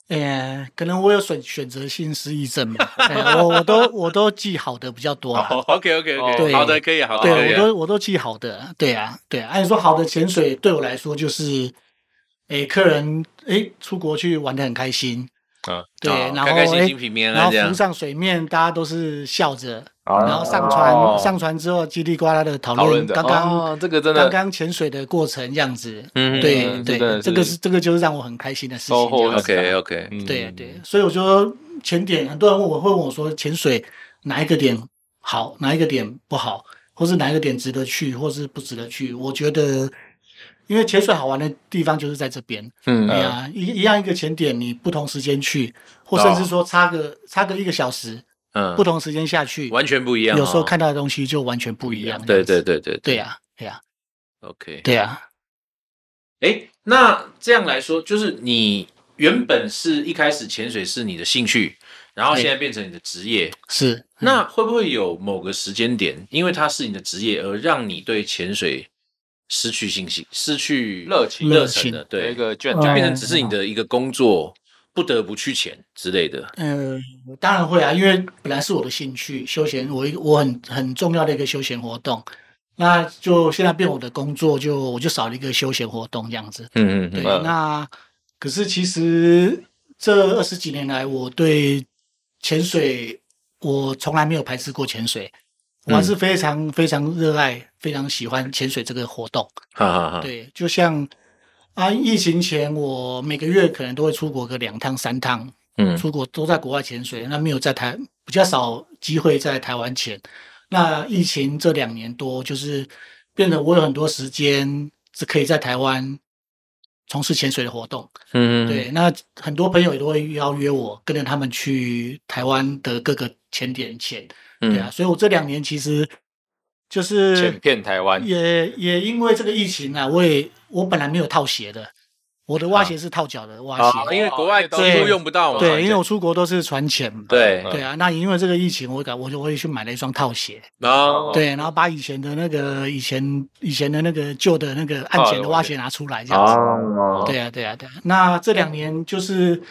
C: 呃，可能我有选选择性失忆症嘛，哎我我都我都记好的比较多啊啦。
A: 哦，OK OK
C: 对
A: OK，好的，可以，好的，可以
C: 对，我
A: 啊
C: 都我都记好的，对啊，对啊。按理说好的潜水对我来说就是，诶，客人诶出国去玩的很开心，
B: 嗯，
C: 对，
A: 哦
C: 然后
A: 开开心
C: 诶
A: 心平平安
C: 然
A: 安
C: 后
A: 这样
C: 浮。上水面，大家都是笑着，然后上船、上船之后叽里呱啦的讨
B: 哦讨论
C: 论
B: 的
C: 刚刚、
B: 哦这个真的
C: 刚刚潜水的过程这样子，
A: 嗯
C: 对
B: 嗯这真
C: 对，
B: 的是
C: 这个是这个就是让我很开心的事
B: 收
C: 情
B: 获
C: 这样子。
A: OK OK，
B: 嗯
C: 对对，
A: 啊
C: 所以我觉得潜点，很多人问我会问我说潜水哪一个点好，哪一个点不好，或是哪一个点值得去，或是不值得去。我觉得，因为潜水好玩的地方就是在这边。
A: 嗯
C: 对啊，一一样一个潜点，你不同时间去，或甚至说差个、差个一个小时，
A: 嗯，
C: 不同时间下去，
A: 完全不一样哦。
C: 有时候看到的东西就完全不一样。
A: 对，对对对
C: 对呀、对呀、
A: ，OK。
C: 对啊呀、
A: 哎，那这样来说，就是你原本是一开始潜水是你的兴趣，然后
C: 对
A: 现在变成你的职业，
C: 是。
A: 那会不会有某个时间点，因为它是你的职业，而让你对潜水失去信心、失去
B: 热情
A: 热忱的？
C: 热哦
B: 有
A: 对，
B: 一个卷
A: 就变
B: 在
A: 成只是你的一个工作，不得不去潜之类的。
C: 呃，当然会啊，因为本来是我的兴趣，休闲，我一个我很很重要的一个休闲活动。那就现在变我的工作就，我就少了一个休闲活动这样子。
A: 嗯
C: 对，
B: 嗯
C: 那可是其实这二十几年来，我对潜水我从来没有排斥过潜水，我还是非常非常热爱、非常喜欢潜水这个活动。
A: 哈哈哈。
C: 对，就像啊，疫情前我每个月可能都会出国个两趟、三趟，
A: 嗯
C: 出国都在国外潜水，那没有在台比较少机会在台湾潜。那疫情这两年多，就是变得我有很多时间是可以在台湾从事潜水的活动。
A: 嗯，
C: 对，那很多朋友也都会邀约我，跟着他们去台湾的各个潜点潜。
A: 嗯，
C: 对啊，所以我这两年其实就是
B: 全片台湾，
C: 也也因为这个疫情啊，我也我本来没有套鞋的，我的蛙鞋是套脚的蛙
A: 啊
C: 鞋。，
A: 因为国外都
C: 对
A: 用不到嘛，
C: 对，因为我出国都是船潜嘛。
A: 对
B: 嗯
C: 对啊，那因为这个疫情，我感我就会去买了一双套鞋，
A: 然
B: 哦
A: 后
C: 对，然后把以前的那个以前以前的那个旧的那个岸潜的蛙鞋拿出来，这样子。
B: 哦，
C: 对啊，对啊，对啊。那这两年就是，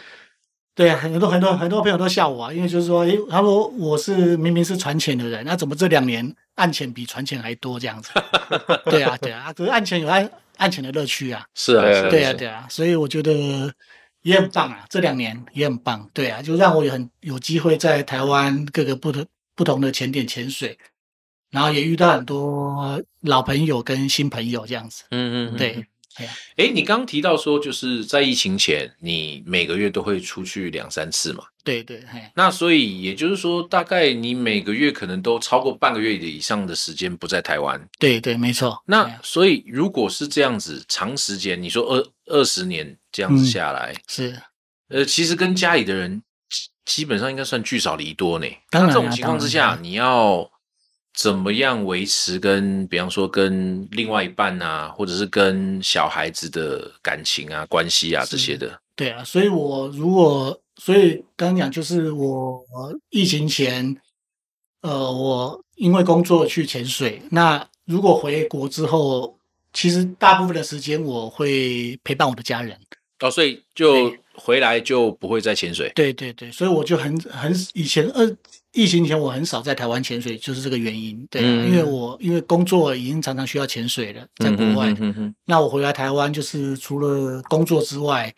C: 对啊，很多很多很多朋友都笑我啊，因为就是说，诶，他说我是明明是船潜的人，那怎么这两年岸潜比船潜还多这样子？ 对啊，对啊，可是岸潜有岸岸潜的乐趣啊，
A: 是啊，
B: 对
A: 是
C: 对啊，
A: 是
C: 对啊，所以我觉得也很棒啊，这两年也很棒，对啊，就让我有很有机会在台湾各个不同不同的潜点潜水，然后也遇到很多老朋友跟新朋友这样子，
A: 嗯嗯，嗯。
C: 对，
A: 哎，你刚刚提到说，就是在疫情前，你每个月都会出去两三次嘛？
C: 对对，嘿。
A: 那所以也就是说，大概你每个月可能都超过半个月以上的时间不在台湾。
C: 对对，没错。对
A: 那
C: 啊
A: 所以如果是这样子，长时间，你说二二十年这样子下来，
C: 是
A: 呃，其实跟家里的人基基本上应该算聚少离多呢。
C: 当然啊
A: 那这种情况之
C: 当
A: 下
C: 然，
A: 你要怎么样维持跟，比方说跟另外一半啊，或者是跟小孩子的感情啊、关系啊
C: 是
A: 这些的？
C: 对啊，所以我如果所以刚刚讲就是我疫情前，呃，我因为工作去潜水，那如果回国之后，其实大部分的时间我会陪伴我的家人。
A: 哦，所以就回来就不会再潜水。
C: 对对对，所以我就很很以前呃，疫情前我很少在台湾潜水，就是这个原因。对、啊，
A: 嗯
C: 因为我因为工作已经常常需要潜水了，在国外。
A: 嗯哼哼哼
C: 那我回来台湾，就是除了工作之外，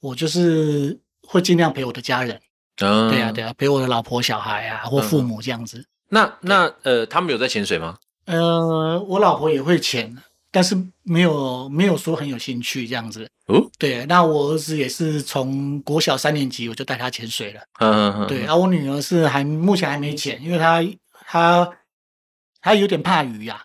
C: 我就是会尽量陪我的家人，
A: 哼嗯嗯
C: 对啊，对啊，陪我的老婆、小孩啊，或父母这样子。
A: 那那呃，他们有在潜水吗？
C: 呃，我老婆也会潜，但是没有没有说很有兴趣这样子。
A: 哦，
C: 对，那我儿子也是从国小三年级我就带他潜水了。
A: 嗯嗯，嗯
C: 对，，啊，我女儿是还目前还没潜，因为她她她有点怕鱼呀、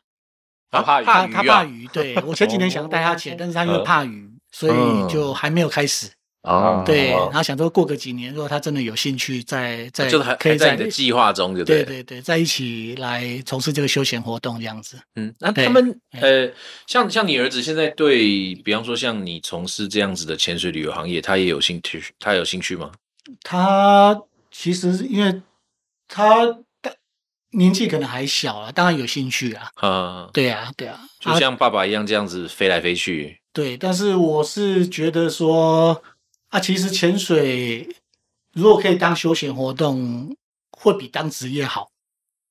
B: 他怕
C: 她
B: 鱼
C: 她怕
B: 啊，
C: 鱼。对我前几年想要带她潜，但是她因为怕鱼，所以就还没有开始。
A: 嗯哦，
C: 对，
B: 哦
C: 然后想说过个几年，如果他真的有兴趣，再再
A: 啊就是还
C: 可
A: 还
C: 以
A: 在
C: 再
A: 你的计划中，对不
C: 对对对，在一起来从事这个休闲活动这样子。
A: 嗯，那
C: 对
A: 他们
C: 哎
A: 呃，像像你儿子现在对，比方说像你从事这样子的潜水旅游行业，他也有兴趣，他有兴趣吗？
C: 他其实因为他年纪可能还小啊，当然有兴趣啊。
A: 啊，
C: 对啊，对啊，
A: 就像爸爸一样这样子飞来飞 去，
C: 对，但是我是觉得说啊，其实潜水如果可以当休闲活动，会比当职业好，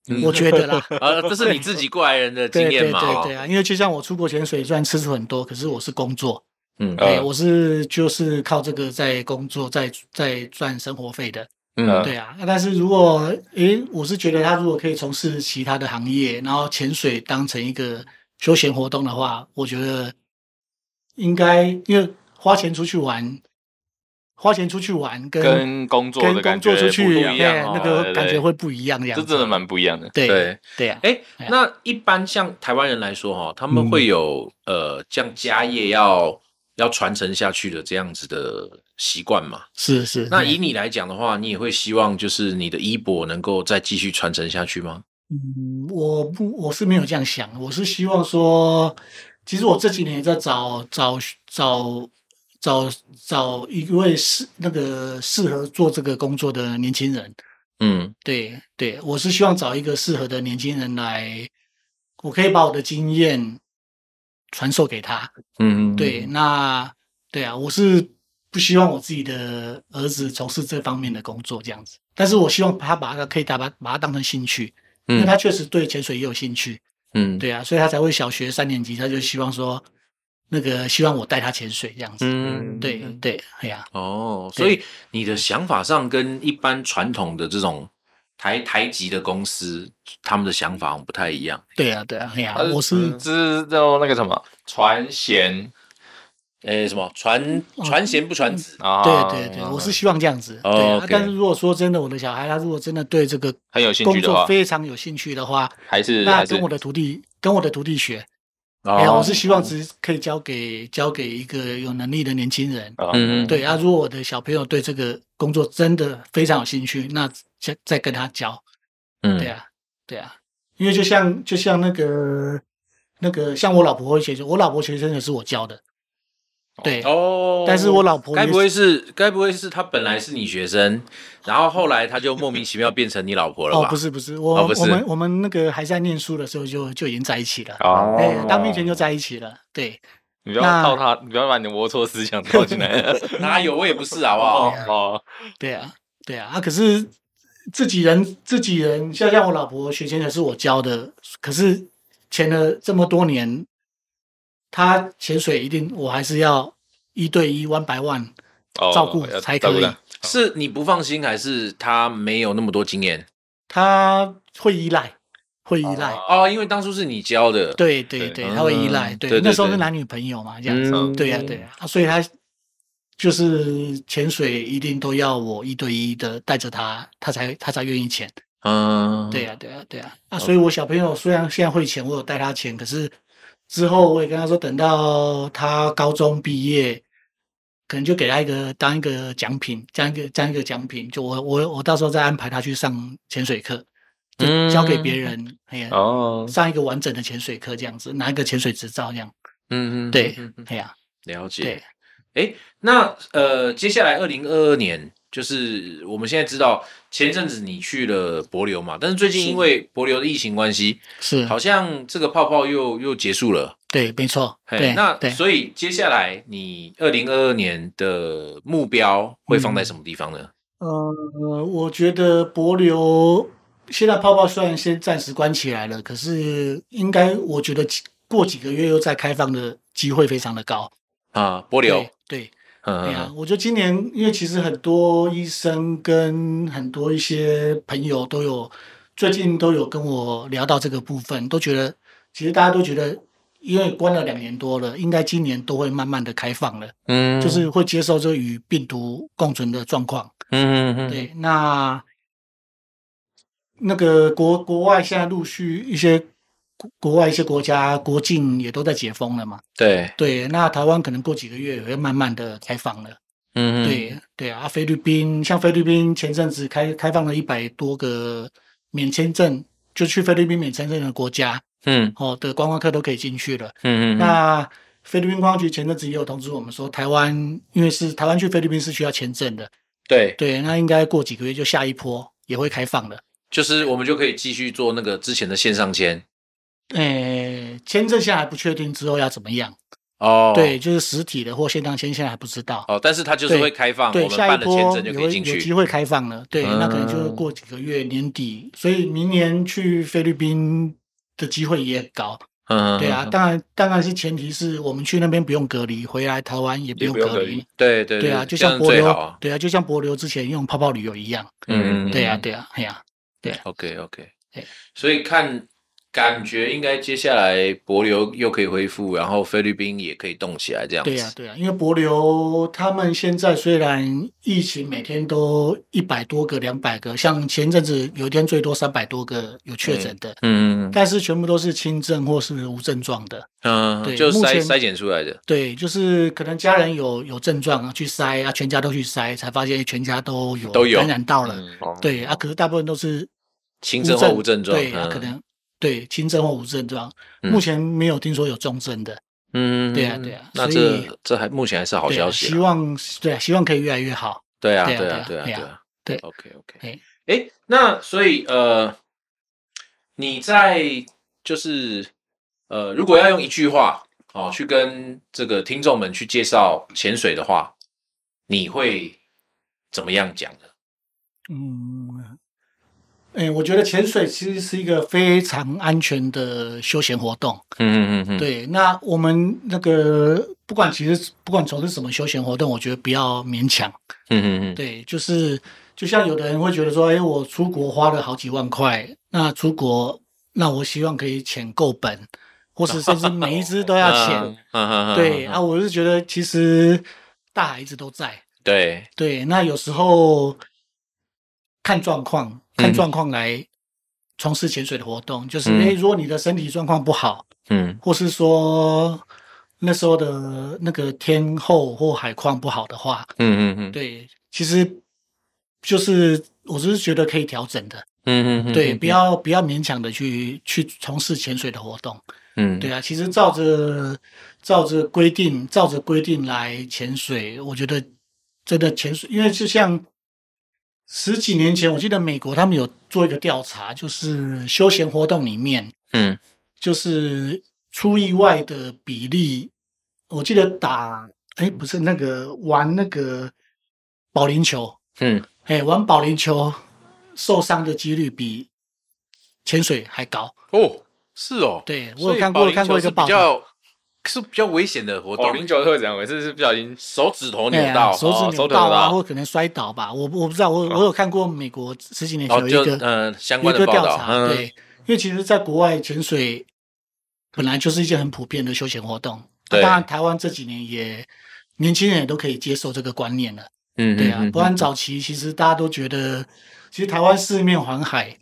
A: 嗯
C: 我觉得啦。
A: 啊，这是你自己过来人的
C: 对
A: 经验
C: 对
A: 嘛？
C: 对
A: 哦
C: 对，啊，因为就像我出国潜水，虽然次数很多，可是我是工作，
A: 嗯
B: 呃
C: 对，哎我是就是靠这个在工作，在在赚生活费的。
A: 嗯
C: 对啊，那但是如果诶，我是觉得他如果可以从事其他的行业，然后潜水当成一个休闲活动的话，我觉得应该因为花钱出去玩，花钱出去玩跟
B: 跟工作的
C: 跟
B: 感
C: 工
B: 觉
C: 作出
B: 不
C: 去，
B: 一样
C: 嘿
B: 哦，
C: 那个
B: 对
C: 感觉，会
B: 对
C: 不一样，这样
B: 这
C: 子
B: 真的蛮不一样的。
C: 对
A: 对。
C: 对啊，
A: 哎
C: 哎，嗯
A: 那一般像台湾人来说哈，他们会有呃，像家业要要传承下去的这样子的习惯嘛？
C: 是是。
A: 那
C: 嘿
A: 以你来讲的话，你也会希望就是你的衣钵能够再继续传承下去吗？
C: 嗯，我不，我是没有这样想，我是希望说，其实我这几年也在找找找找找一位适那个适合做这个工作的年轻人，
A: 嗯
C: 对对，我是希望找一个适合的年轻人来，我可以把我的经验传授给他，
A: 嗯，
C: 对，那对啊，我是不希望我自己的儿子从事这方面的工作这样子，但是我希望他把他可以打把把它当成兴趣，因为
B: 嗯
C: 他确实对潜水也有兴趣，
A: 嗯
C: 对啊，所以他才会小学三年级他就希望说那个希望我带他潜水这样子，
A: 嗯
C: 对对，哎呀、
A: 哦，所
C: 对
A: 以你的想法上跟一般传统的这种台台籍的公司，他们的想法好像不太一样。
C: 对啊对啊，哎呀、
B: 它
C: 我是、
B: 知道那个什么船舷
A: 诶，什么传
C: 嗯
A: 传贤不传子？
B: 啊，
C: 对对对，我是希望这样子，
A: 哦
C: 对啊
A: OK
C: 但是如果说真的，我的小孩他如果真的对这个
B: 很有兴
C: 工
B: 趣的
C: 作
B: 话，
C: 非常有兴趣的话，
B: 还是
C: 那
B: 还是
C: 跟我的徒弟跟我的徒弟学，
A: 哦
C: 哎呀，我是希望只可以交给交给一个有能力的年轻人。
B: 啊
A: 嗯，
C: 对啊，如果我的小朋友对这个工作真的非常有兴趣，那再再跟他交。
A: 嗯，
C: 对啊，对啊，因为就像就像那个那个，像我老婆会学生，我老婆学生也是我教的，对，
A: 哦，
C: 但是我老婆也
A: 该
C: 是
A: 不会是该不会是他本来是你学生，然后后来他就莫名其妙变成你老婆了
C: 哦，
A: 吧？
C: 不是不是，我、
A: 哦不是
C: 我们我们那个还在念书的时候就就已经在一起
A: 哦
C: 了，
B: 啊！
C: 哎、当兵前就在一起了，对，
B: 你不要
C: 那
B: 套他，你不要把你的龌龊思想套 进来。
A: 哪有我也不是，好不好？
B: 哦，
C: 对啊，对啊，啊可是自己人自己人，像像我老婆学前也是我教的，可是潜了这么多年，她潜水一定我还是要一对一 one by one
B: 哦
C: 照顾
B: 要
C: 才
B: 照
C: 可
B: 顾
C: 以。
B: 他
A: 是你不放心，还是他没有那么多经验？
C: 他会依赖，会依赖，
A: 哦，因为当初是你教的，，
C: 对对对，
B: 对
C: 他会依赖，
A: 嗯对对
C: 对，那时候
A: 对
C: 是男女朋友嘛，这样子，
A: 嗯，
C: 对呀对呀，啊所以他就是潜水一定都要我一对一的带着他，他才他才愿意潜，
A: 嗯，
C: 对呀对呀对呀，啊所以我小朋友虽然现在会潜，我有带他潜，可是之后我也跟他说，等到他高中毕业。可能就给他一个当一个奖品，这样一个这样一个奖品，就我我我到时候再安排他去上潜水课，
A: 嗯
C: 就交给别人，哎呀，
B: 哦，
C: 上一个完整的潜水课这样子，拿一个潜水执照这样。
A: 嗯，嗯嗯，
C: 对
A: 嗯，嗯
C: 哎呀，
A: 了解。
C: 对，
A: 哎，那呃，接下来二零二二年，就是我们现在知道，前阵子你去了博流嘛，但是最近因为博流的疫情关系，
C: 是，
A: 好像这个泡泡又又结束了。
C: 对，没错，
A: 嘿
C: 对，
A: 那
C: 对，
A: 所以接下来你二零二二年的目标会放在什么地方呢？
C: 呃，我觉得博流现在泡泡虽然先暂时关起来了，可是应该我觉得几过几个月又再开放的机会非常的高。
A: 啊，博流
B: 哦
C: 对，，对，对啊
A: 嗯，，
C: 我觉得今年因为其实很多医生跟很多一些朋友都有最近都有跟我聊到这个部分，都觉得其实大家都觉得，因为关了两年多了，应该今年都会慢慢的开放了，
A: 嗯
C: 就是会接受这与病毒共存的状况。
A: 嗯嗯嗯，
C: 对，那那个国国外现在陆续一些国国外一些国家国境也都在解封了嘛，
A: 对，
C: 对，那台湾可能过几个月也会慢慢的开放了。
A: 嗯，嗯，
C: 对对啊，菲律宾像菲律宾前阵子开开放了一百多个免签证，就去菲律宾免签证的国家
A: 嗯
C: 哦的观光客都可以进去了。
A: 嗯嗯，
C: 那菲律宾观光局前阵子也有通知我们说，台湾因为是台湾去菲律宾是需要签证的，
A: 对，
C: 对，那应该过几个月就下一波也会开放了。
A: 就是我们就可以继续做那个之前的线上签
C: 诶，签证现在还不确定之后要怎么样，
A: 哦，
C: 对，就是实体的或线上签现在还不知道。
A: 哦，但是它就是
C: 对
A: 会开放，
C: 对，
A: 哦我们办
C: 下一
A: 了
C: 波
A: 签证就
C: 也
A: 可
C: 会
A: 以进
C: 有机
A: 去。
C: 会开放了。对，那可能就是
A: 嗯
C: 过几个月年底，所以明年去菲律宾的机会也很高。
A: 嗯，
C: 对啊，
A: 嗯，嗯
C: 当然，当然是前提是我们去那边不用隔离，回来台湾也不
B: 也
C: 用
B: 不用
C: 隔
B: 隔
C: 离
B: 离。
A: 对对
C: 对啊，就像
A: 这
C: 博
A: 样最
C: 流
A: 好啊，
C: 对啊，就像博流之前用泡泡旅游一样。
A: 嗯，嗯
C: 对啊，对啊，哎呀，
A: ，OK OK，
C: 对
A: 所以看感觉应该接下来博流又可以恢复，然后菲律宾也可以动起来这样子。
C: 对啊，对啊，因为博流他们现在虽然疫情每天都一百多个、两百个，像前阵子有一天最多三百多个有确诊的。
A: 嗯，嗯
C: 但是全部都是轻症或是无症状的，
A: 嗯嗯，
C: 对
A: 就
C: 目
A: 筛
C: 前
A: 筛检出来的。
C: 对，就是可能家人有有症状啊，去筛啊，全家都去筛，才发现哎全家都有
A: 都有
C: 感染到了。
B: 嗯
C: 对啊，可是大部分都是
A: 轻症或无症状，
C: 对，啊、
A: 嗯
C: 可能对轻症或无症状，
A: 嗯
C: 目前没有听说有重症的。
A: 嗯，
C: 对啊对啊
A: 那
C: 所以
A: 这这还目前还是好
C: 对
A: 消
C: 啊
A: 息啊，
C: 希望对啊，希望可以越来越好。
A: 对啊，
C: 对啊
A: 对啊，对
C: 对
A: 啊，
C: 啊
A: 对
C: 对啊
A: 啊，
C: 对
A: ，OK OK
C: 嘿。
A: 哎，那所以呃，你在就是呃，如果要用一句话哦，去跟这个听众们去介绍潜水的话，你会怎么样讲呢？
C: 嗯，哎，我觉得潜水其实是一个非常安全的休闲活动。
A: 嗯嗯嗯，
C: 对，那我们那个不管其实不管从事什么休闲活动，我觉得不要勉强。
A: 嗯嗯嗯，
C: 对，就是就像有的人会觉得说，哎，我出国花了好几万块，那出国，那我希望可以潜够本，或是甚至每一只都要潜。
A: 嗯，
C: 对
A: 嗯
C: 啊，我是觉得其实大海一直都在。
A: 对，
C: 对，那有时候看状况，看状况来从事潜水的活动，就是
A: 嗯
C: 因为如果你的身体状况不好，
A: 嗯
C: 或是说那时候的那个天候或海况不好的话，
A: 嗯嗯嗯，
C: 对，其实就是我只是觉得可以调整的，
A: 嗯嗯嗯，
C: 对，
A: 嗯
C: 不，要不要勉强的去去从事潜水的活动，
A: 嗯，
C: 对啊，其实照着照着规定照着规定来潜水，我觉得真的潜水，因为就像。十几年前，我记得美国他们有做一个调查，就是休闲活动里面，
A: 嗯
C: 就是出意外的比例，我记得打哎不是那个玩那个保龄球，
A: 嗯
C: 哎玩保龄球受伤的几率比潜水还高。
A: 哦，是哦，
C: 对我
A: 所以
C: 有看过
A: 保龄球
C: 看过一个
A: 是
C: 报
A: 比较是比较危险的活
B: 保
C: 哦
A: 动，
B: 龄球会怎样？我是是不小心
A: 手指头扭
C: 哎呀
A: 到，
C: 手
B: 哦
C: 指
B: 手
C: 扭
B: 指
C: 到
B: 扭
C: 啊，
B: 到
C: 或可能摔倒吧，我我不知道，我我有看过美国十几年前
A: 哦，
C: 有
A: 就
C: 一个
A: 嗯相
C: 有
A: 关
C: 一
A: 的
C: 个
A: 报
C: 调
A: 道，
C: 查，
A: 嗯，，
C: 对因为其实在国外潜水本来就是一件很普遍的休闲活动，啊
A: 对
C: 当然台湾这几年也年轻人也都可以接受这个观念了。
A: 嗯，
C: 对啊
A: 嗯，
C: 不然早期其实大家都觉得，其实台湾四面环海，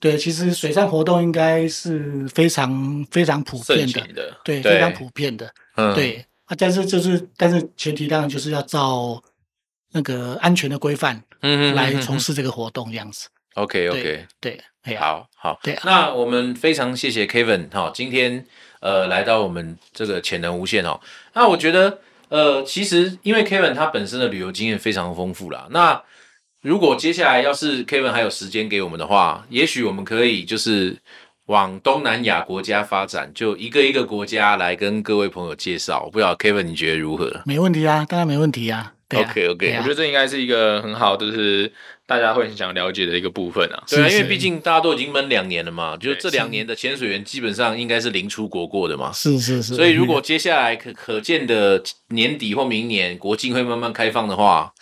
C: 对，其实水上活动应该是非常非常普
A: 盛
C: 遍的
A: 行，的，
C: 对，
A: 对
C: 非常普遍的，
A: 嗯，
C: 对啊。但是就是，但是前提当然就是要照那个安全的规范
A: 嗯，嗯
C: 来从事这个活动，这样子。
A: ，OK
C: 对
A: OK，
C: 对，哎呀，
A: 好好，
C: 对啊
A: 那我们非常谢谢 Kevin 哈、今天呃来到我们这个潜能无限哦。那我觉得呃，其实因为 Kevin 他本身的旅游经验非常丰富啦。那如果接下来要是 Kevin 还有时间给我们的话，也许我们可以就是往东南亚国家发展，就一个一个国家来跟各位朋友介绍。我不知道 Kevin 你觉得如何？
C: 没问题啊，当然没问题啊。对啊
A: OK，OK，
C: 对
B: 我
C: 啊
B: 觉得这应该是一个很好，就是大家会很想了解的一个部分啊。
A: 对啊，
C: 是
A: 因
C: 是
A: 为毕竟大家都已经闷两年了嘛，就是
B: 对
A: 这两年的潜水员基本上应该是零出国过的嘛。
C: 是是是。
A: 所以，如果接下来可可见的年底或明年国境会慢慢开放的话，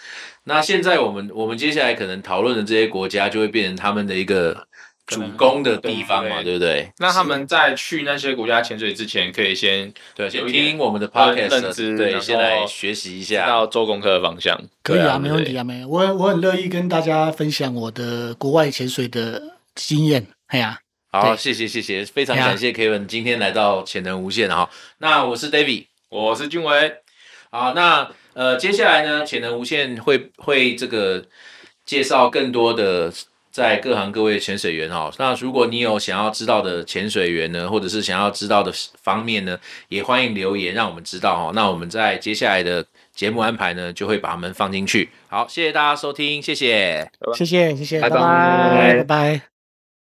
A: 那现在我们我们接下来可能讨论的这些国家就会变成他们的一个主攻的地方嘛，对
B: 对
A: 不对？
B: 那他们在去那些国家潜水之前，可以先
A: 对，先
B: 有一点呃
A: 听我们的
B: 认
A: podcast，
B: 知
A: 对，
B: 然后
A: 先来学习一
B: 知
A: 下
B: 道。做功课的方向。
C: 可以
B: 对
C: 啊，没问题
B: 啊
C: 啊，没有。我我很乐意跟大家分享我的国外潜水的经验。哎呀，
A: 好，
C: 对
A: 谢谢谢谢，非常
C: 哎呀
A: 感谢 Kevin 今天来到潜能无限哈。那我是 David，
B: 对不对。我是俊伟，
A: 好，那呃，接下来呢，潜能无限会会这个介绍更多的在各行各位的潜水员哦。那如果你有想要知道的潜水员呢，或者是想要知道的方面呢，也欢迎留言让我们知道哦。那我们在接下来的节目安排呢，就会把他们放进去。好，谢谢大家收听，谢谢。
C: 谢谢谢谢，
B: 拜
C: 拜
B: 拜
C: 拜拜拜。